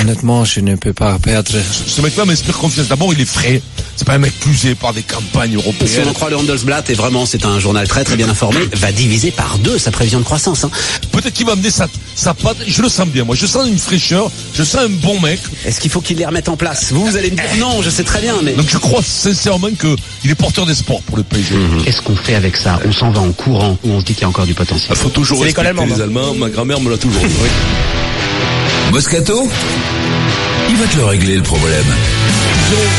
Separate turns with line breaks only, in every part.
Honnêtement, je ne peux pas perdre.
Ce mec-là m'inspire confiance. D'abord, il est frais. C'est pas un mec usé par des campagnes
Si on
européennes.
en croit le Handelsblatt, et vraiment c'est un journal très très bien informé, va diviser par deux sa prévision de croissance. hein.
Peut-être qu'il va amener sa, sa patte. Je le sens bien, moi. Je sens une fraîcheur. Je sens un bon mec.
Est-ce qu'il faut qu'il les remette en place Vous, vous allez me dire non, je sais très bien, mais...
Donc, je crois sincèrement qu'il est porteur d'espoir pour le PSG.
Qu'est-ce qu'on fait avec ça On s'en va en courant ou on se dit qu'il y a encore du potentiel
Faut toujours
C'est l'école
respecter
allemande,
les Allemands. Ma grand-mère me l'a toujours dit.
Moscato Il va te le régler le problème.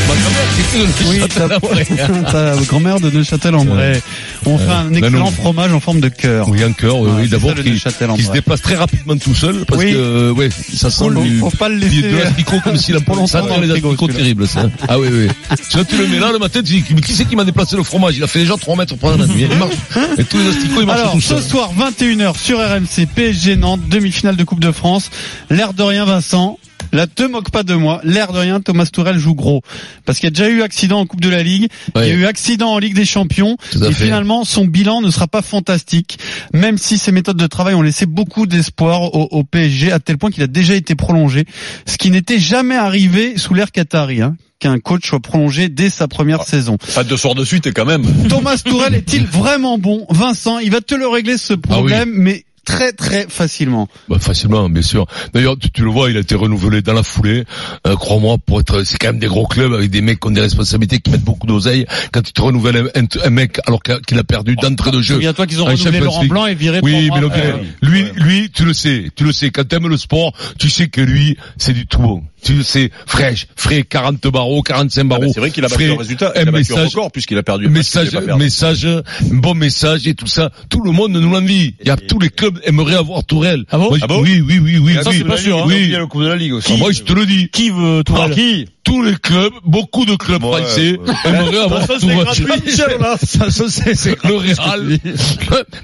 Ma grand-mère qui était dans le
Oui,
Châtel
ta,
Ambré.
ta grand-mère de Neuchâtel en vrai. On fait un excellent
Nanon.
fromage en forme de cœur.
Oui, un cœur, oui,
Ouais,
oui,
c'est
d'abord
ça, le
qui,
Neuchâtel en
qui se
vrai.
déplace très rapidement tout seul parce
Oui.
que euh, ouais, ça sent
Faut-
le,
faut pas le
il est
laisser,
de
euh,
l'asticot comme s'il a
trop
ça
longtemps dans
dans
le
les
frigo,
asticots
celui-là.
terribles ça. Ah oui oui. Tu vois, tu le mets là le matin tu dis mais qui c'est qui m'a déplacé le fromage Il a fait déjà 3 mètres pendant la nuit. Il marche. Et tous les asticots ils marchent
Alors,
tout
ce
seuls.
soir, 21h sur RMC, PSG Nantes, demi-finale de Coupe de France. L'air de rien, Vincent. Là, te moque pas de moi. L'air de rien, Thomas Tourel joue gros. Parce qu'il y a déjà eu accident en Coupe de la Ligue.
Ouais.
Il y a eu accident en Ligue des Champions.
Tout à
Et
fait.
finalement, son bilan ne sera pas fantastique. Même si ses méthodes de travail ont laissé beaucoup d'espoir au, au PSG, à tel point qu'il a déjà été prolongé. Ce qui n'était jamais arrivé sous l'ère Qatari, hein, Qu'un coach soit prolongé dès sa première
Ah.
saison.
Pas deux soirs de suite, et quand même.
Thomas Tourel est-il vraiment bon Vincent, il va te le régler
Ah
ce problème, mais très très facilement.
Bah, facilement, bien sûr. D'ailleurs, tu, tu le vois, il a été renouvelé dans la foulée. Euh, Crois-moi, pour être, c'est quand même des gros clubs avec des mecs qui ont des responsabilités, qui mettent beaucoup d'oseille. Quand tu te renouvelles un, un- un mec alors qu'a- qu'il a
Oh,
perdu d'entrée de jeu.
Souviens-toi qu'ils ont
Un
renouvelé
Champions
Laurent
League.
Blanc et viré
Oui,
trois
mais
mois.
le gars, lui, lui, tu le sais, tu le sais. Quand t'aimes le sport, tu sais que lui, c'est du tout bon. Tu le sais, fraîche, frais, 40 barreaux, 45
Ah
barreaux.
bah, c'est vrai qu'il a battu
frais,
le résultat.
un
Il a battu un
message-
record puisqu'il a perdu. un match qu'il
message,
devait pas perdre.
message, bon message et tout ça. Tout le monde nous l'envie. Il y a tous les clubs aimeraient avoir Tourelle.
Ah bon
Moi, je-
Ah bon
oui, oui, oui, oui.
Ça,
oui,
c'est pas sûr, hein.
Oui.
Il y a le coup de la Ligue aussi.
Ah, moi, je te le dis.
Qui veut tout
Alors,
Qui
Tous les clubs, beaucoup de clubs
Ouais,
français
ouais.
aimeraient avoir
ça, c'est
Tourelle.
gratuit, Michel, là.
Ça, ça, c'est, c'est que le Real.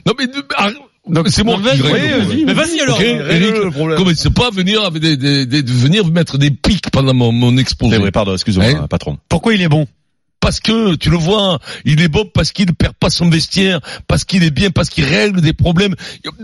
non, mais, ah, c'est mon
vas-y,
je règle
oui,
le problème.
vas-y.
Mais vas-y alors.
Ok, Eric, commencez pas à venir avec des, des, des- de venir mettre des pics pendant mon, mon exposé.
C'est vrai, Eh pardon, excusez-moi,
Hein
patron.
Pourquoi il est bon
Parce que, tu le vois, il est bon parce qu'il ne perd pas son vestiaire, parce qu'il est bien, parce qu'il règle des problèmes.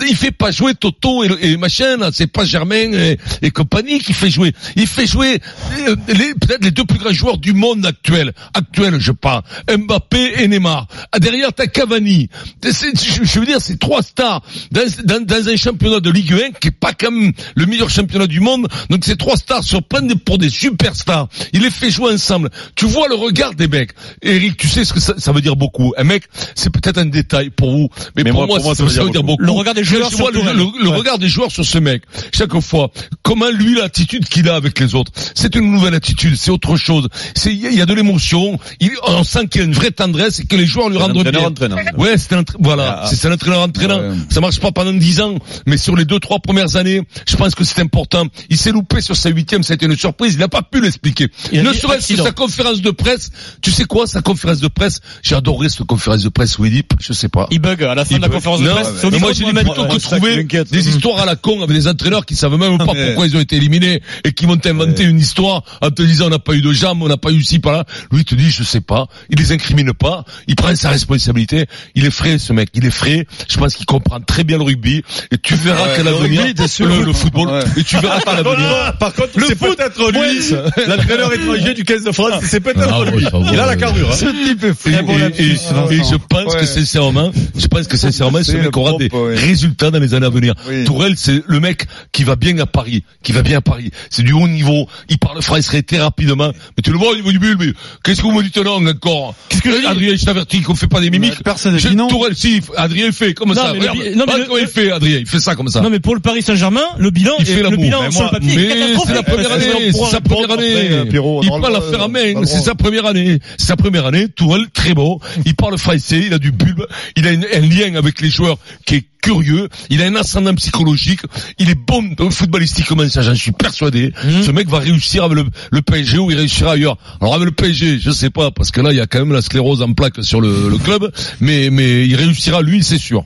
Il fait pas jouer Toto et, le- et machin, là. c'est pas Germain et, et compagnie qui fait jouer. Il fait jouer euh, les- peut-être les deux plus grands joueurs du monde actuel. Actuel, je parle. Mbappé et Neymar. Ah, derrière, t'as Cavani. C'est- Je, je veux dire, c'est trois stars dans, dans- dans un championnat de Ligue 1 qui est pas quand même le meilleur championnat du monde. Donc ces trois stars se prennent pour des superstars. Il les fait jouer ensemble. Tu vois le regard des mecs. Eric, tu sais ce que ça, ça veut dire beaucoup. Un mec, c'est peut-être un détail pour vous, mais, pour, moi, ça, ça veut dire beaucoup.
Le regard des
Quand
joueurs hein.
je
sur
vois le,
Tourelle.
le- le regard des joueurs sur ce mec, chaque fois, comment lui l'attitude qu'il a avec les autres, c'est une nouvelle attitude, c'est autre chose. C'est il y, a- il y a de l'émotion, il- on sent qu'il y a une vraie tendresse et que les joueurs lui
C'est un
rendent bien.
entraîneur entraînant.
Ouais, c'est un entra- voilà,
Ah.
c'est c'est un entraîneur entraînant.
Ouais.
Ça marche pas pendant dix ans, mais sur les deux trois premières années, je pense que c'est important. Il s'est loupé sur sa huitième, ça a été une surprise. Il n'a pas pu l'expliquer.
Il a
Ne
dit
serait-ce que
accident.
sa conférence de presse. Tu sais quoi, sa conférence de presse J'ai adoré cette conférence de presse. Oui, je sais pas.
Il bug à la fin de la
Il peut-
conférence de
Non,
presse.
mais
C'est au micro
moi,
de
j'ai dit
Mohamed.
plutôt que
Ouais, ça qui
trouver
m'inquiète.
des histoires à la con avec des entraîneurs qui savent même pas
mais-
pourquoi ils ont été éliminés et qui vont t'inventer une histoire en te disant on n'a pas eu de jambes, on n'a pas eu ci, pas là. Lui, il te dit, je sais pas. Il les incrimine pas. Il prend sa responsabilité. Il est frais, ce mec. Il est frais. Je pense qu'il comprend très bien le rugby. Et tu verras qu'à l'avenir, le, le football, et tu verras qu'à l'avenir.
Par contre,
Le
c'est
foot,
peut-être lui, l'entraîneur étranger du 15 de France, c'est
Ah,
peut-être
ouais,
lui.
ça va.
Il a la carrure. hein.
Ce type est
Et,
très bon
et- et-
là-dessus.
hein,
et je pense que sincèrement, je pense que sincèrement, ce mec aura des résultats dans les années à venir. Tourelle, c'est le mec qui va bien à Paris, qui va bien à Paris. C'est du haut niveau. Il parle français très rapidement. Mais tu le vois au niveau du bulle, mais qu'est-ce que vous me dites non encore Qu'est-ce que Adrien, je t'avertis qu'on fait pas des mimiques.
Mais personne n'a
Je-
dit non.
Tourelle, si, Adrien il fait comme
Non,
ça.
mais le
Regarde,
bi- non, mais
regarde
le-
comment il
le-
fait, Adrien. Il fait ça comme ça.
Ah, Non mais pour le Paris Saint-Germain, le bilan,
Il fait
est-
la
le
boue.
bilan
Mais
sur le
moi-
papier
mais
est catastrophique.
c'est la première
Parce que
année,
on
c'est sa
pourra-
première année.
Pierrot,
Il
on a
parle
le
à
droit,
faire à
euh, pas
main,
le
c'est sa première année. C'est sa première année, Tourelle, très beau. Il parle français, il a du bulbe, il a une- un lien avec les joueurs qui est curieux, il a un ascendant psychologique, il est bon euh, footballistiquement, ça j'en suis persuadé.
Mmh.
Ce mec va réussir avec le, le PSG ou il réussira ailleurs. Alors avec le PSG, je sais pas, parce que là il y a quand même la sclérose en plaques sur le, le club, mais, mais il réussira lui, c'est sûr.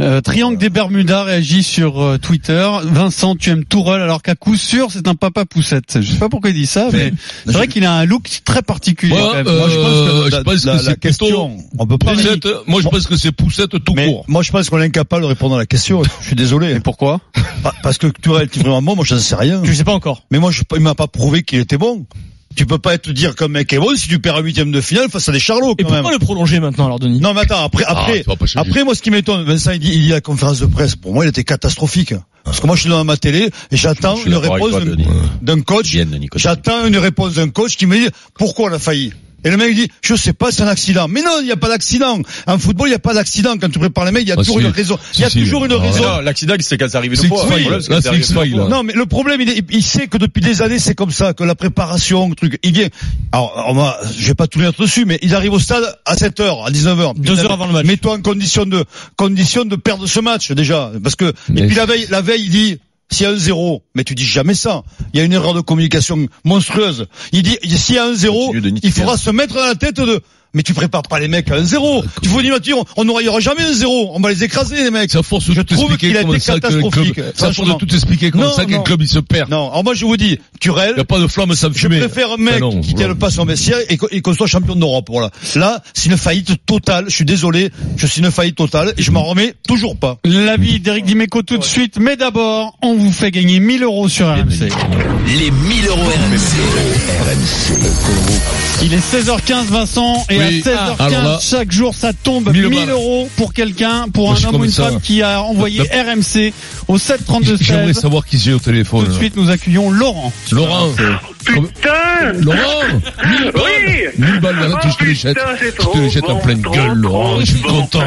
Euh, Triangle des Bermudas réagit sur euh, Twitter. Vincent, tu aimes Tourelle alors qu'à coup sûr, c'est un papa poussette. Je sais pas pourquoi il dit ça, mais c'est vrai qu'il a un look très particulier.
Moi,
quand même.
euh,
Moi, je pense que
je
la-
pense
la-
que
la
c'est
question,
plutôt
on peut pas-
poussette. euh, Moi, je pense que c'est poussette tout
Mais-
court.
Moi, je pense qu'on est incapable de répondre à la question. Je suis désolé.
Et pourquoi
Pa- Parce que Turel est vraiment bon, moi, j'en sais rien.
Tu le sais pas encore.
Mais moi, je, il m'a pas prouvé qu'il était bon. Tu peux pas te dire qu'un mec est bon si tu perds un huitième de finale face à des Charlots,
Et
quand même.
pourquoi le prolonger maintenant, alors, Denis
Non, mais attends, après, après,
tu vas pas changer.
après, moi, ce qui m'étonne, Vincent, il dit, il dit à la conférence de presse. Pour moi, il était catastrophique. Parce que moi, je suis dans ma télé, et j'attends
suis
une
d'accord avec
réponse
toi,
d'un-
Denis.
d'un coach.
Vienne, Nicolas.
J'attends une réponse d'un coach qui me dit, pourquoi on a failli? Et le mec il dit, je sais pas, c'est un accident. Mais non, il n'y a pas d'accident. En football, il n'y a pas d'accident. Quand tu prépares les mecs, il y a
Ah,
toujours
si.
une raison. Il y a
Si, si.
toujours une
Ah,
raison.
voilà.
l'accident, c'est quand ça arrive hein,
C'est X-File. Là, c'est X-File.
non, mais le problème, il, est- il sait que depuis des années, c'est comme ça, que la préparation, le truc, il vient. Alors, on va, je vais pas tout mettre dessus, mais il arrive au stade à 7 h à 19 h
Deux heures avant le match.
Mets-toi en condition de, condition de perdre ce match, déjà. Parce que, et
Mais-
puis la veille, la veille, il dit, s'il y a un zéro, mais tu dis jamais ça. Il y a une erreur de communication monstrueuse. Il dit, s'il y a un zéro,
Continue de niquer.
il faudra se mettre dans la tête de, mais tu prépares pas les mecs à un
Ah,
zéro. Tu faut dire, tu- on n'aura, il y aura jamais un zéro. On va les écraser, les mecs.
C'est à force
Je
de tout
trouve qu'il
expliquer
a
comment
été
ça que le club,
catastrophique,
c'est à force de
franchement.
tout expliquer comment
Non,
ça qu'un
non.
club il se perd.
Non, alors moi je vous dis, Turel,
Il n'y a pas de flamme sans
je
fumée.
préfère un mec
Ah non,
qui tient
voilà.
pas son vestiaire et qu'on et qu'on soit champion d'Europe. Voilà. Là, c'est une faillite totale. Je suis désolé, je suis une faillite totale et je m'en remets toujours pas.
L'avis d'Éric Dimeco tout de suite, mais d'abord, on vous fait gagner 1000 euros sur RMC.
Les 1000 euros RMC.
Il est 16h15 Vincent et
Oui.
à 16h15
Ah, alors là,
chaque jour ça tombe
1000
1000,
balles.
euros pour quelqu'un, pour
Moi, je
un
suis
homme ou une
convaincu,
femme
hein.
qui a envoyé
D'ab-
RMC au 7 32
J'aimerais
16.
savoir qui j'ai au
Tout
téléphone.
de suite nous accueillons Laurent.
Laurent.
Putain
Laurent 1000 balles 1000 balles, là, là, je te les jette.
Oh, putain, c'est
Je te
trop
les jette en
bon,
pleine
trop,
gueule, Laurent.
trop
Je suis
bon.
content.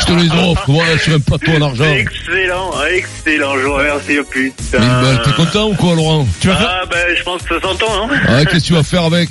Je te les offre. Voilà, sur un plateau en argent. 1000
Excellent, excellent, je vous remercie, oh putain.
balles. T'es content ou quoi, Laurent
Ah ben je pense que ça s'entend, hein.
Ah, qu'est-ce que tu vas faire avec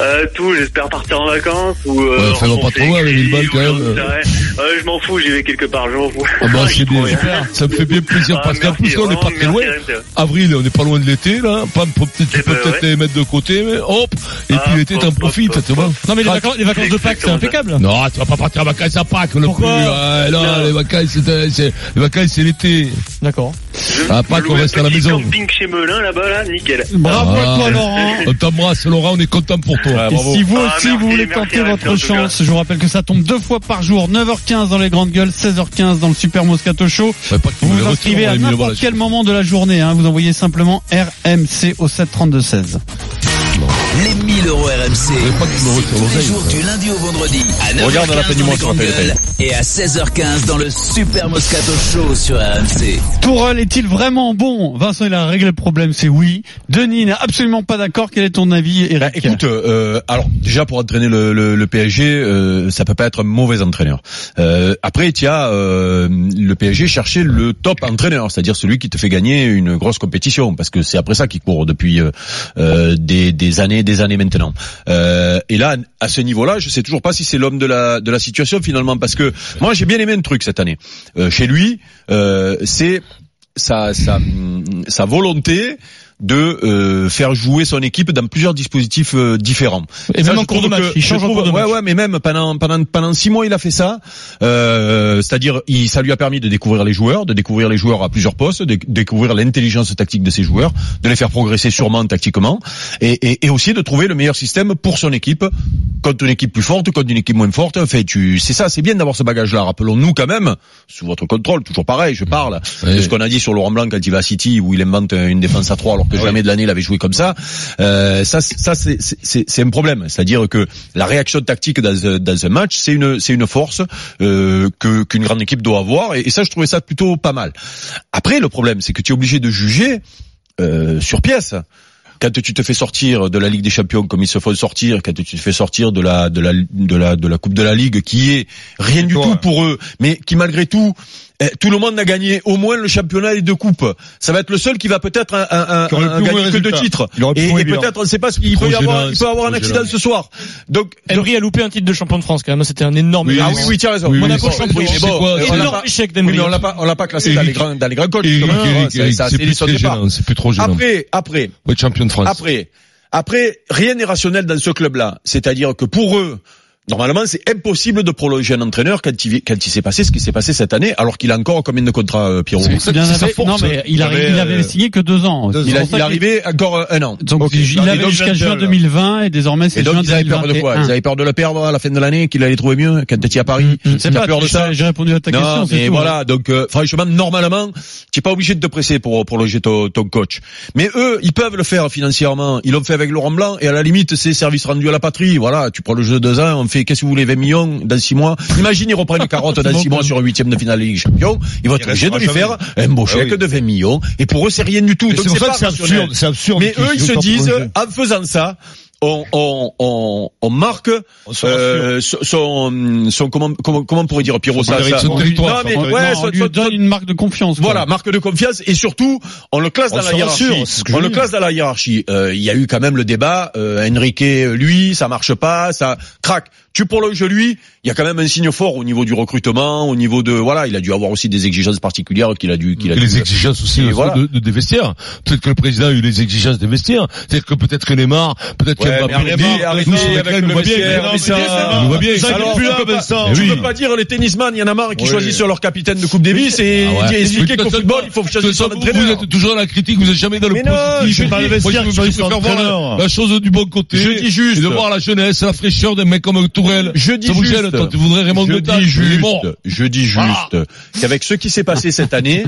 Euh, tout, j'espère partir en vacances ou... Euh,
Ouais, ça va pas
rencontrer
trop loin, les
qui,
mille balles, quand
ou
même.
j'en sais rien. Euh, je m'en fous, j'y vais quelque part, je m'en fous.
Ah bah,
Je
c'est bien.
crois rien.
Ça me fait bien plaisir
Ah,
parce qu'en
merci,
plus, là, on n'est pas
vraiment,
très loin.
merci, RMC.
Avril, on n'est pas loin de l'été, là. Pam, peut- peut-être, tu
Eh
peux
ben,
peut-être
ouais.
les mettre de côté, mais hop. Et
Ah,
puis l'été,
hop,
t'en
hop,
profites,
hop,
c'est bon.
Non, mais les vacances, les vacances de Pâques, c'est impeccable.
Non, tu vas pas partir en vacances à Pâques, le
Pourquoi
plus. Ah, non,
Non.
les vacances, c'est, c'est- les vacances, c'est l'été.
D'accord.
Je
Ah,
me
pas qu'on
loue un
reste à la
petit
maison.
camping chez Melun, là-bas, là, nickel.
Bravo
Ah.
à toi Laurent.
On t'embrasse, Laurent, on est content pour toi.
Et si vous
Ah,
aussi
merci,
vous voulez
merci,
tenter
merci,
votre
en tout cas.
chance, je vous rappelle que ça tombe deux fois par jour, 9h15 dans les grandes gueules, 16h15 dans le Super Moscato Show.
Bah, pas qu'il
Vous
me
vous
le retire,
inscrivez
on
à
est mieux
n'importe
là-dessus.
quel moment de la journée, hein. vous envoyez simplement RMC au 7 32 16.
Les 1000 euros RMC.
Je veux pas que tu me
C'est tous
retires
les
l'oseille,
jours
quoi.
du lundi au vendredi à 9h15
Regarde à la fin du
dans
mois
les
sur
grandes
la télé.
gueules et à 16h15 dans le Super Moscato Show sur RMC.
Tourelle est-il vraiment bon Vincent, il a réglé le problème, c'est oui. Denis n'est absolument pas d'accord. Quel est ton avis, Eric
Bah,
écoute,
euh, alors déjà pour entraîner le, le- le PSG, euh, ça peut pas être un mauvais entraîneur. Euh, après, il y a euh, le PSG chercher le top entraîneur, c'est-à-dire celui qui te fait gagner une grosse compétition, parce que c'est après ça qu'il court depuis euh, euh, des, des années, des années maintenant. Euh, et là, à ce niveau-là, je sais toujours pas si c'est l'homme de la de la situation finalement, parce que moi j'ai bien aimé un truc cette année Euh, chez lui, euh, c'est sa, sa, hum, sa volonté de euh, faire jouer son équipe dans plusieurs dispositifs euh, différents.
Et
Ça,
même
je
en cours
trouve
de match,
que-
il
je
change en
trouve-
cours de
ouais,
match.
Ouais, mais même pendant pendant pendant six mois, il a fait ça. Euh, C'est-à-dire, il, ça lui a permis de découvrir les joueurs, de découvrir les joueurs à plusieurs postes, de découvrir l'intelligence tactique de ces joueurs, de les faire progresser sûrement tactiquement, et, et, et aussi de trouver le meilleur système pour son équipe, contre une équipe plus forte, contre une équipe moins forte. En fait, tu, c'est ça, c'est bien d'avoir ce bagage-là. Rappelons-nous quand même, sous votre contrôle, toujours pareil, je parle de
Ouais.
ce qu'on a dit sur Laurent Blanc quand il va à City, où il invente une défense à 3 alors que jamais de l'année il avait joué comme ça. Euh, ça, c'est- ça c'est- c'est c'est- c'est un problème. C'est-à-dire que la réaction tactique dans, un- dans un match, c'est une, c'est une force euh, que qu'une grande équipe doit avoir. Et, et ça, je trouvais ça plutôt pas mal. Après, le problème, c'est que tu es obligé de juger euh, sur pièce. Quand tu te fais sortir de la Ligue des Champions comme ils se font sortir, quand tu te fais sortir de la de la de la de la Coupe de la Ligue qui est rien du tout pour eux, mais qui malgré tout eh, tout le monde a gagné au moins le championnat et les deux coupes. Ça va être le seul qui va peut-être un, un, un-
Qui aurait le
un
plus
gagner
mauvais
que deux
résultat.
titres.
Il aurait le plus
Et,
mauvais
et
bilan.
peut-être, on ne sait pas, ce qu'il peut y
Trop
avoir,
gênant,
il peut avoir un
trop
accident
gênant.
ce soir. Donc,
Henry a loupé un titre de champion de France, quand même. C'était un énorme.
Oui,
ah
échec.
oui, oui, tu as raison.
Oui, oui,
Monaco
mais
champion.
oui, mais
C'est
bon,
euh, on l'a
énorme
pas-
échec
Oui,
d'Henry.
mais on l'a pas, on l'a pas classé dans les
Eric.
grands, dans les grands coachs.
Eric,
quand même, hein,
Eric,
ça-
Eric,
ça,
c'est
c'est
plus
son
très
départ.
gênant, c'est plus trop gênant.
Après, après,
Ouais, champion de France.
après, après, rien n'est rationnel dans ce club-là. C'est-à-dire que pour eux, Normalement, c'est impossible de prolonger un entraîneur quand il, quand il s'est passé ce qui s'est passé cette année, alors qu'il a encore combien de contrats, euh, Pierrot
C'est pour ça que
Bien
c'est sa
avec- non
force.
mais il, a- il avait signé que deux ans.
Il, a,
C'est pour ça
euh, il est
qu'il-
arrivé encore euh, un an.
donc
Ok.
il
Et
avait
donc,
jusqu'à juin
Jean-Paul,
2020 et désormais c'est
Et donc
juin
ils avaient peur de quoi
2021.
Ils avaient peur de le perdre à la fin de l'année, qu'il allait trouver mieux quand t'étais à Paris.
Je sais
T'as
Mm, pas,
peur de ça
J'ai répondu à ta question.
Non,
c'est
mais
tout. hein.
voilà. Donc euh, franchement, normalement, t'es pas obligé de te presser pour pour loger ton, ton coach. Mais eux, ils peuvent le faire financièrement. Ils l'ont fait avec Laurent Blanc et à la limite, c'est service rendu à la patrie. Voilà, tu prends le jeu de deux ans, on fait qu'est-ce que vous voulez 20 millions dans six mois. Imagine ils reprennent une carotte dans six mois sur un huitième de finale de Ligue des Champions. Ils vont être obligés de lui faire un beau chèque de 20 millions. Et pour eux, c'est rien du tout.
Ah Mais
Donc
C'est pour
c'est
ça
pas
que c'est
rationnel.
absurde, c'est absurde.
Mais
qu'ils
eux, ils
jouent
se
pas pour
disent,
le jeu.
en faisant ça, on, on, on, on marque euh, son, son, comment, comment, comment on pourrait dire Pierrot ça, ça-
son territoire.
Non, mais,
On lui-
ouais,
non, on
son-
lui
son-
donne une marque de confiance. quoi.
voilà, marque de confiance et surtout on le classe
On
dans la
se
hiérarchie.
rassure, c'est ce que je
on le
dis.
classe dans la hiérarchie. Euh, Il y a eu quand même le débat. Euh, Enrique, lui, ça marche pas, ça craque. Tu pour le jeu lui, il y a quand même un signe fort au niveau du recrutement, au niveau de voilà, il a dû avoir aussi des exigences particulières qu'il a dû qu'il a
Et
dû-
les exigences aussi
Et
de-
voilà.
de, de- des vestiaires. Peut-être que le président a eu les exigences des vestiaires. Peut-être que peut-être que Neymar, peut-être
Ouais,
que
mais
Mbappé
arrêtez,
dit,
arrêtez
nous, ce mec-là,
avec
il
le
nous voit bien,
vestiaire,
il nous voit bien,
mais ça-
il nous voit bien.
ça, il est plus là, Vincent.
Eh
Tu
oui.
peux pas dire les tennisman, il y en a marre qui
Oui.
choisissent leur capitaine de Coupe Davis et
Ah ouais.
et expliquer
Mais
qu'au
de toute
football,
façon,
il faut
de toute
choisir
façon,
son
Vous
entraîneur.
êtes toujours dans la critique, vous êtes jamais dans le
Mais non,
positif.
je dis-
vestiaire,
moi, je,
je choisis
préfère
son
voir
entraîneur.
la, la chose du bon côté.
Je dis juste.
Et de voir la jeunesse, la fraîcheur d'un mec comme Tourelle.
Je dis
Ça vous
juste.
gêne, toi, tu voudrais Raymond
je
Gothard,
dis
il est
juste,
mort.
je dis juste
Ah.
qu'avec ce qui s'est passé cette année,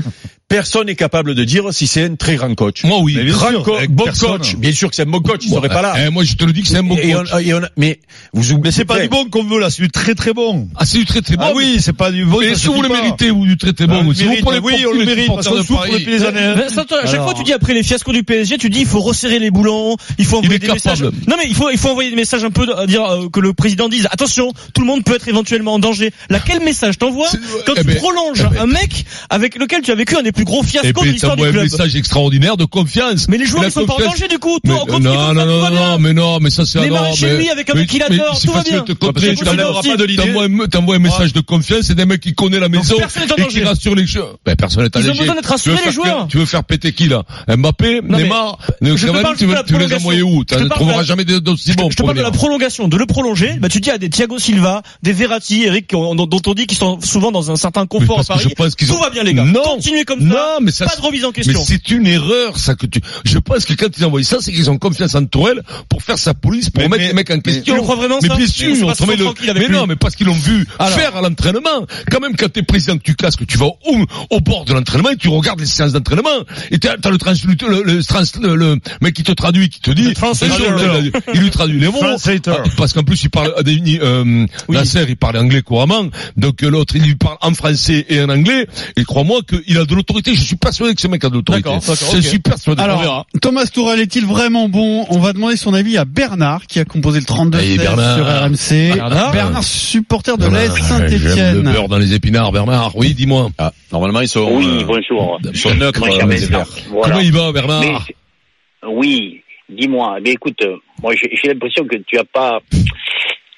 personne n'est capable de dire si c'est un très grand coach.
Moi, oui.
Mais
bien
grand
sûr,
co-
avec
bon
personne.
coach, bien sûr que c'est un bon coach, il serait pas là.
Eh, moi, je te le dis que c'est un bon
Et on-
coach.
et on- mais vous oubliez.
Mais c'est pas
Après,
du bon qu'on veut là, c'est du très très bon.
Ah, c'est du très très bon.
Ah oui, c'est pas du bon.
Et
ça
si vous
suffit
le
pas.
méritez, vous du traitez bon.
Ah,
Si vous
mérite,
prenez
oui,
pour
on
tous les
le mérite parce
supporters
qu'on
de
souffre
Paris.
depuis les années.
Euh,
hein.
Vincent, toi, à chaque
Alors-
fois, tu dis après les fiascos du PSG, tu dis il faut resserrer les boulons, il faut envoyer
est
des
capable.
messages. Non mais il faut il faut envoyer des messages un peu euh, dire euh, que le président dise attention, tout le monde peut être éventuellement en danger. Là, quel message t'envoies
C'est-
quand
eh
tu
ben,
prolonges
eh ben.
un mec avec lequel tu as vécu un des plus gros
Et
fiascos de
puis, ça
l'histoire du
envoie un
club
message extraordinaire de confiance.
Mais les joueurs
La
ils sont pas en
confiance-
danger du coup,
Mais,
toi on
euh,
compte
non, non, non, non, mais non, mais ça c'est
Neymar
non,
est chez
mais-
lui avec un
mais-
mec qu'il
mais
adore,
c'est
tout va
facile
bien.
de te
Parce que
contrer,
tu
t'en-
l'auras pas de l'idée.
T'envoies un- t'envoies un message de confiance, c'est des mecs qui connaissent la maison
personne n'est en
et qui
danger.
rassurent les joueurs. Ben, personne n'est
Ils ont
allégé.
besoin d'être
Tu veux
rassurés, les
faire
joueurs.
que- Tu veux faire péter qui, là? Mbappé,
Non, mais-
Neymar,
je te
Cavani,
parle
tu veux,
de la
tu veux les
prolongation.
envoyer où?
Je te
Tu ne
parle de
trouveras
la-
jamais des- d'aussi bons.
Je te parle de la prolongation, de le prolonger. Bah, tu dis à des Thiago Silva, des Verratti, Eric, qui ont- dont, dont on dit qu'ils sont souvent dans un certain
Mais
confort à
parce que
Paris.
je pense qu'ils
Tout
ont-
va bien, les gars.
Non.
Continuez comme
Non,
ça.
mais ça,
Pas de remise en
Mais
question.
c'est une erreur, ça que tu. Je pense que quand ils envoient ça, c'est qu'ils ont confiance en Tourelle pour faire sa police, pour
Mais-
mettre
mais-
les mecs en question.
Tu le crois vraiment,
mais
ça
bien
On se
sûr,
passe
autrement,
trop
ils le-
tranquille avec
mais
lui.
non, mais parce qu'ils l'ont vu
Alors.
faire à l'entraînement. Quand même, quand t'es président, tu casses, que tu vas au, au bord de l'entraînement et tu regardes les séances d'entraînement. Et t'as, t'as le, trans, le, le, le trans, le, le mec qui te traduit, qui te dit.
translator.
Il, il lui traduit les mots.
Translator.
Ah, Parce qu'en plus, il parle, Adéni, euh, Nasser, il parle anglais couramment. Donc, euh, l'autre, il lui parle en français et en anglais. Et crois-moi qu'il a de l'autorité. Je suis persuadé que ce mec a de l'autorité.
D'accord, d'accord,
Je
ok.
suis persuadé.
Bah,
Alors,
Thomas Tourelle est-il vraiment bon On va demander son avis à Bernard qui a composé le 32
Allez,
16
Bernard.
sur RMC.
Bernard.
supporter de
Voilà,
l'AS
Ah, j'aime Le
Saint-Étienne.
beurre dans les épinards, Bernard. Oui, dis-moi.
Ah, normalement ils sont.
Oui,
euh,
bonjour.
ils sont neutres.
Comment il
euh,
s'appelle
les
ça
verts.
Voilà.
Comment il va, Bernard
Mais- oui, dis-moi. Mais écoute, euh, moi j'ai j'ai l'impression que tu as pas,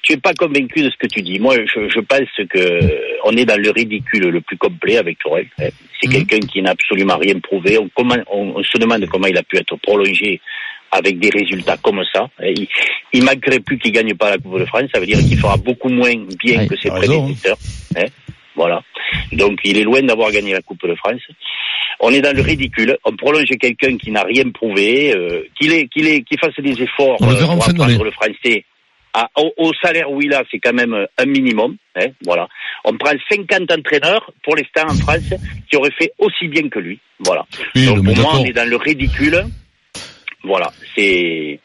tu es pas convaincu de ce que tu dis. Moi, je, je pense que on est dans le ridicule le plus complet avec Tourelle. hein. C'est quelqu'un qui n'a absolument rien prouvé. On, comment- on- on se demande comment il a pu être prolongé avec des résultats comme ça. Et Il, il manquerait plus qu'il gagne pas la Coupe de France. Ça veut dire qu'il fera beaucoup moins bien
Ouais,
que ses
t'as raison,
prédécesseurs. hein. Voilà. Donc il est loin d'avoir gagné la Coupe de France. On est dans le ridicule. On prolonge quelqu'un qui n'a rien prouvé, euh, qu'il est, qu'il est, qu'il fasse des efforts
On le
euh,
verra en
pour
fin de
apprendre
l'année.
le français. à- au, au salaire où il a, c'est quand même euh, un minimum. hein, voilà. On prend 50 entraîneurs pour l'instant en France qui auraient fait aussi bien que lui. Voilà.
Oui,
Donc
non, mais
pour moi,
d'accord.
on est dans le ridicule. Voilà. C'est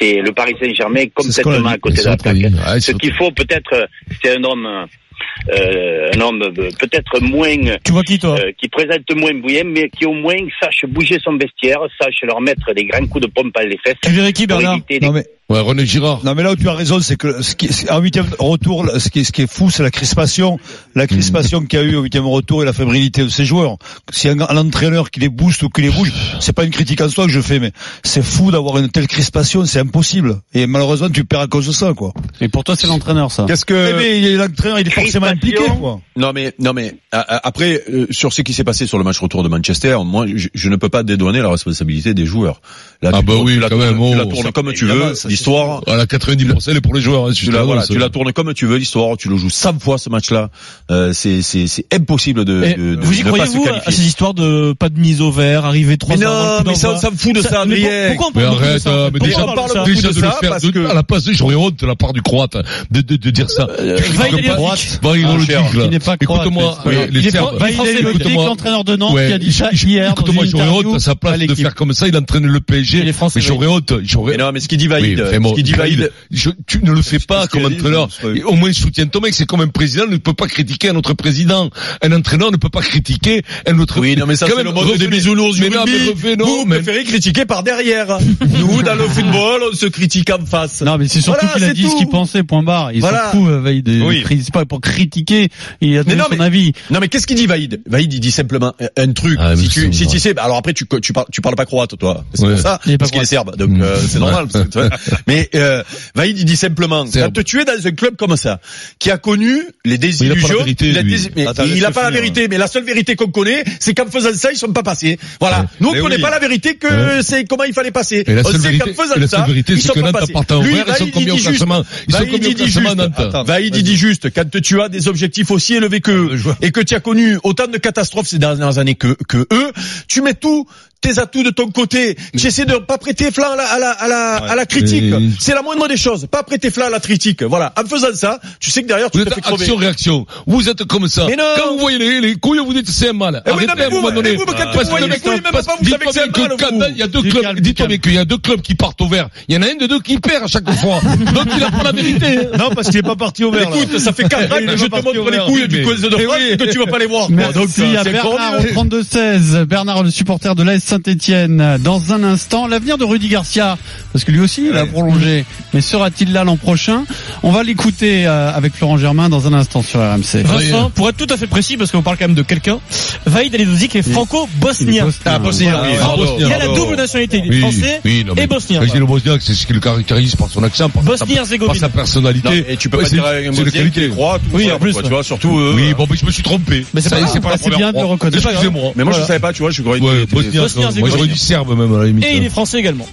c'est le Paris Saint-Germain est
C'est ce qu'on a dit.
complètement à côté
C'est
de la
vrai qu'on a dit.
plaque.
Ouais,
Ce
c'est-
qu'il faut peut-être, euh, c'est un homme, euh, un homme euh, peut-être moins euh,
Tu vois qui, toi?
euh, qui présente moins bouillant, mais qui au moins sache bouger son vestiaire, sache leur mettre des grands coups de pompe à les fesses.
Tu verrais qui,
pour
Bernard?
éviter des-
Non mais,
Ouais, René Girard.
non mais là où tu as raison, c'est que ce qui, est- en huitième retour, là, ce qui, est- ce qui est fou, c'est la crispation, la crispation qu'il y a eu au huitième retour et la fébrilité de ces joueurs. Si un, un entraîneur qui les booste ou qui les bouge, c'est pas une critique en soi que je fais, mais c'est fou d'avoir une telle crispation, c'est impossible. Et malheureusement, tu perds à cause de ça, quoi.
Et pour toi, c'est l'entraîneur, ça.
Qu'est-ce que
Eh ben, il est- l'entraîneur, il est forcément impliqué,
Crispation.
quoi.
Non mais non mais a- a- après euh, sur ce qui s'est passé sur le match retour de Manchester, moi je, je ne peux pas dédouaner la responsabilité des joueurs. Là,
Ah
tu
bah
tournes-
oui,
tu la
quand
tournes-
même,
tu la
oh,
tournes
ça-
comme tu
évidemment,
veux.
ça, c'est
l'histoire.
Voilà, 90% elle est pour les joueurs. hein,
Tu
c'est
la, voilà,
ça.
tu la tournes comme tu veux l'histoire, tu le joues 100 fois ce match-là. Euh, c'est c'est c'est impossible de,
Eh,
Et
de, de
vous y
ne pas se
croyez-vous
euh,
à
qualifier.
ces histoires de pas de mise au vert, arriver trois
Mais
heures avant le
non,
coup
mais ça,
d'envoi
ça me fout de ça,
mais pour-
Adrien.
pourquoi on
Mais
parle beaucoup de
arrête,
ça
euh, mais
Pourquoi
déjà,
on parle de
parle
ça
beaucoup
Déjà
de
de le
ça,
faire,
parce
de-
que-
à la place, j'aurais honte de la part du croate de, de, de dire
Euh,
ça. Tu
va
rigoles
aider
pas
le
Bon, ils vont le
Cher,
dire, là.
qui n'est pas croate,
Écoute-moi,
mais c'est pas
euh, les Serbes.
Bah, il est le
Écoute-moi.
tic, l'entraîneur de Nantes
Ouais,
qui a dit ça
je- je-
hier dans
Écoute-moi,
une
j'aurais honte
interview
à sa
à
place de
l'équipe.
faire comme ça. Il entraîne le PSG.
Et les Français,
mais j'aurais honte. J'aurais.
Mais non, mais ce qui dit valide,
Oui, vraiment.
ce qui dit valide,
Je- tu ne le fais pas
ce qu'il
comme
a dit,
entraîneur.
je pense, ouais.
Et Au moins, soutiens ton mec. C'est comme un président ne peut pas critiquer un autre président. Un entraîneur ne peut pas critiquer un autre.
Oui, non, mais ça,
Quand
c'est
même,
le mode des
revenez-
bisounours du
Mais non,
rugby.
mais refais, non,
vous
mais-
préférez critiquer par derrière. Nous, dans le football, on se critique en face.
Non, mais c'est surtout
Voilà,
qu'il a
c'est
dit ce
tout.
qu'il pensait, point barre. Il
Voilà.
s'en fout, euh, Vaïd. Il
Oui.
ne critique pas pour critiquer. Il a donné
non,
son
mais-
avis.
Non, mais qu'est-ce qu'il dit, Vaïd Vaïd, il dit simplement un truc.
Ah, mais
si
c'est
tu, si
bon.
tu sais, bah, alors après, tu, tu parles, tu parles pas croate, toi. C'est
Ouais.
pour ça,
Il est pas
parce qu'il est serbe. Donc,
Mm.
euh, c'est normal. parce que, tu vois. mais, euh, Vaïd, il dit simplement,
Serbe.
quand tu es dans un club comme ça, qui a connu
Mais il
les
a pas
désillusions,
la vérité,
il a,
lui.
dési- mais
Attends,
il a
laisse-le
pas la
finir.
hein.
vérité, mais la seule vérité qu'on connaît, c'est qu'en faisant ça, ils sont pas passés. Voilà. Nous, on
Mais
connaît
oui.
pas la vérité que
Ouais.
c'est comment il fallait passer.
Et la
on
seule
sait
vérité,
qu'en faisant
et la
ça,
seule vérité,
ils
c'est
sont
que
pas
Nantes
passés.
appartient au
Lui,
vert, ils sont
Vaïd, il
combien au
dit juste-
classement? Ils sont
Vaïd,
combien
il
au
dit
classement,
juste-
Nantes?
Attends, Vaïd, il dit juste, quand tu as des objectifs aussi élevés
Ah,
qu'eux, et que tu as connu autant de catastrophes ces dernières années que, que eux, tu mets tout tes atouts de ton côté. Tu essaies de pas prêter flanc à la, à la, à la, à la critique.
Mais-
C'est la moindre des choses. Pas prêter flanc à la critique. Voilà. En faisant ça, tu sais que derrière,
Vous
tu te fais
êtes
crever.
action-réaction. Vous êtes comme ça.
Mais non.
Quand vous voyez les, les couilles, vous dites c'est un mal.
Eh oui,
Arrêtez
non, mais
à un
vous,
moment donné.
eh, vous, mais quand vous
Parce que
voyez
le
les
mec,
couilles, même
parce-
pas, vous
dites
savez que
bien
c'est un mal,
quand
vous.
même, il y a deux
Du
clubs,
calme, du
dites-moi
calme.
qu'il y a deux clubs qui partent au vert. Il y en a un de deux qui perd à chaque fois. Donc il a pas la vérité. hein.
Non, parce qu'il est pas parti au vert. là.
Écoute, ça fait 4 ans
Il est
que je
pas
te
parti au Eh,
montre les
vert.
couilles du
Mais-
cause de France que tu vas pas les voir. quoi.
Merci
Donc, ça,
à
c'est
Bernard au
formidable.
32-16. Bernard, le supporter de l'AS Saint-Etienne. Dans un instant, l'avenir de Rudy Garcia, parce que lui aussi, il a prolongé. Mais sera-t-il là l'an prochain On va l'écouter euh, avec Florent Germain dans un instant sur RMC.
Vincent, pour être tout à fait précis, parce qu'on parle quand même de quelqu'un, Vaïd Alidozik est
Il est
franco-bosnien.
bosnien.
Ah, ouais,
Franco-
bravo,
Il a la
bravo.
double nationalité, il est
Oui,
français
oui, non, mais-
et bosnien.
Quand je dis le bosniaque, c'est ce qui le caractérise par son accent, par, sa, par
Bosnie-Herzégovine.
sa personnalité.
Non, et tu peux
Ouais,
pas
c'est-
dire euh, à un
c'est
Bosnien
le
qu'il est
qualité.
croate ou
Oui,
serbe,
en plus,
quoi,
ouais.
tu vois, surtout euh, eux.
Oui, bon, mais je me suis trompé.
Mais c'est
Ça
pas
y est,
grave, c'est bien de le reconnaître.
Excusez-moi.
Mais moi, je savais pas, tu vois, je croyais
Ouais,
que t'étais-
bosniaque. Moi,
Bosnie-Herzégovine.
j'aurais dit serbe, même, à la limite.
Et il est français également.